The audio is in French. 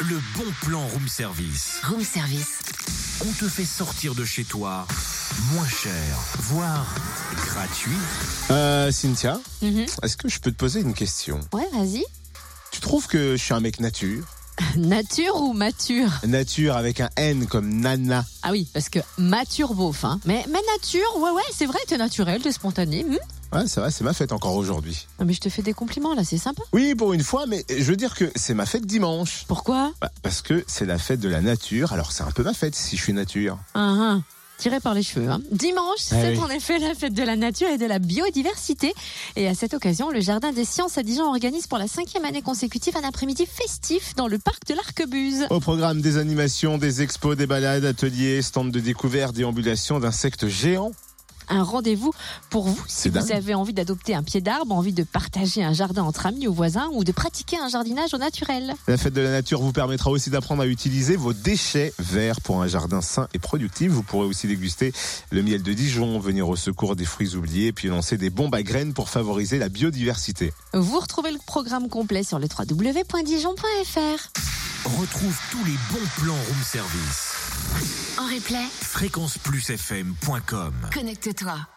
le bon plan room service. Room service. On te fait sortir de chez toi moins cher, voire gratuit. Euh, Cynthia, Mhm. est-ce que je peux te poser une question Ouais, vas-y. Tu trouves que je suis un mec nature Nature ou mature Nature avec un N comme nana. Ah oui, parce que mature beau, fin. Mais, mais nature, ouais, ouais, c'est vrai, t'es naturel, t'es spontané. hum. Ouais, c'est vrai, c'est ma fête encore aujourd'hui. Ah, mais je te fais des compliments là, c'est sympa. Oui, pour une fois, mais je veux dire que c'est ma fête dimanche. Pourquoi Bah, parce que c'est la fête de la nature, alors c'est un peu ma fête si je suis nature. Hein, hein. Tiré par les cheveux. hein. Dimanche, Ah c'est oui. en effet la fête de la nature et de la biodiversité. Et à cette occasion, le Jardin des sciences à Dijon organise pour la cinquième année consécutive un après-midi festif dans le parc de l'Arquebuse. Au programme des animations, des expos, des balades, ateliers, stands de découverte, déambulation d'insectes géants. un rendez-vous pour vous si C'est dingue. vous avez envie d'adopter un pied d'arbre, envie de partager un jardin entre amis ou voisins ou de pratiquer un jardinage au naturel. La fête de la nature vous permettra aussi d'apprendre à utiliser vos déchets verts pour un jardin sain et productif. Vous pourrez aussi déguster le miel de Dijon, venir au secours des fruits oubliés, puis lancer des bombes à graines pour favoriser la biodiversité. Vous retrouvez le programme complet sur le www.dijon.fr. Retrouve tous les bons plans room service. En replay, fréquenceplusfm.com connecte-toi.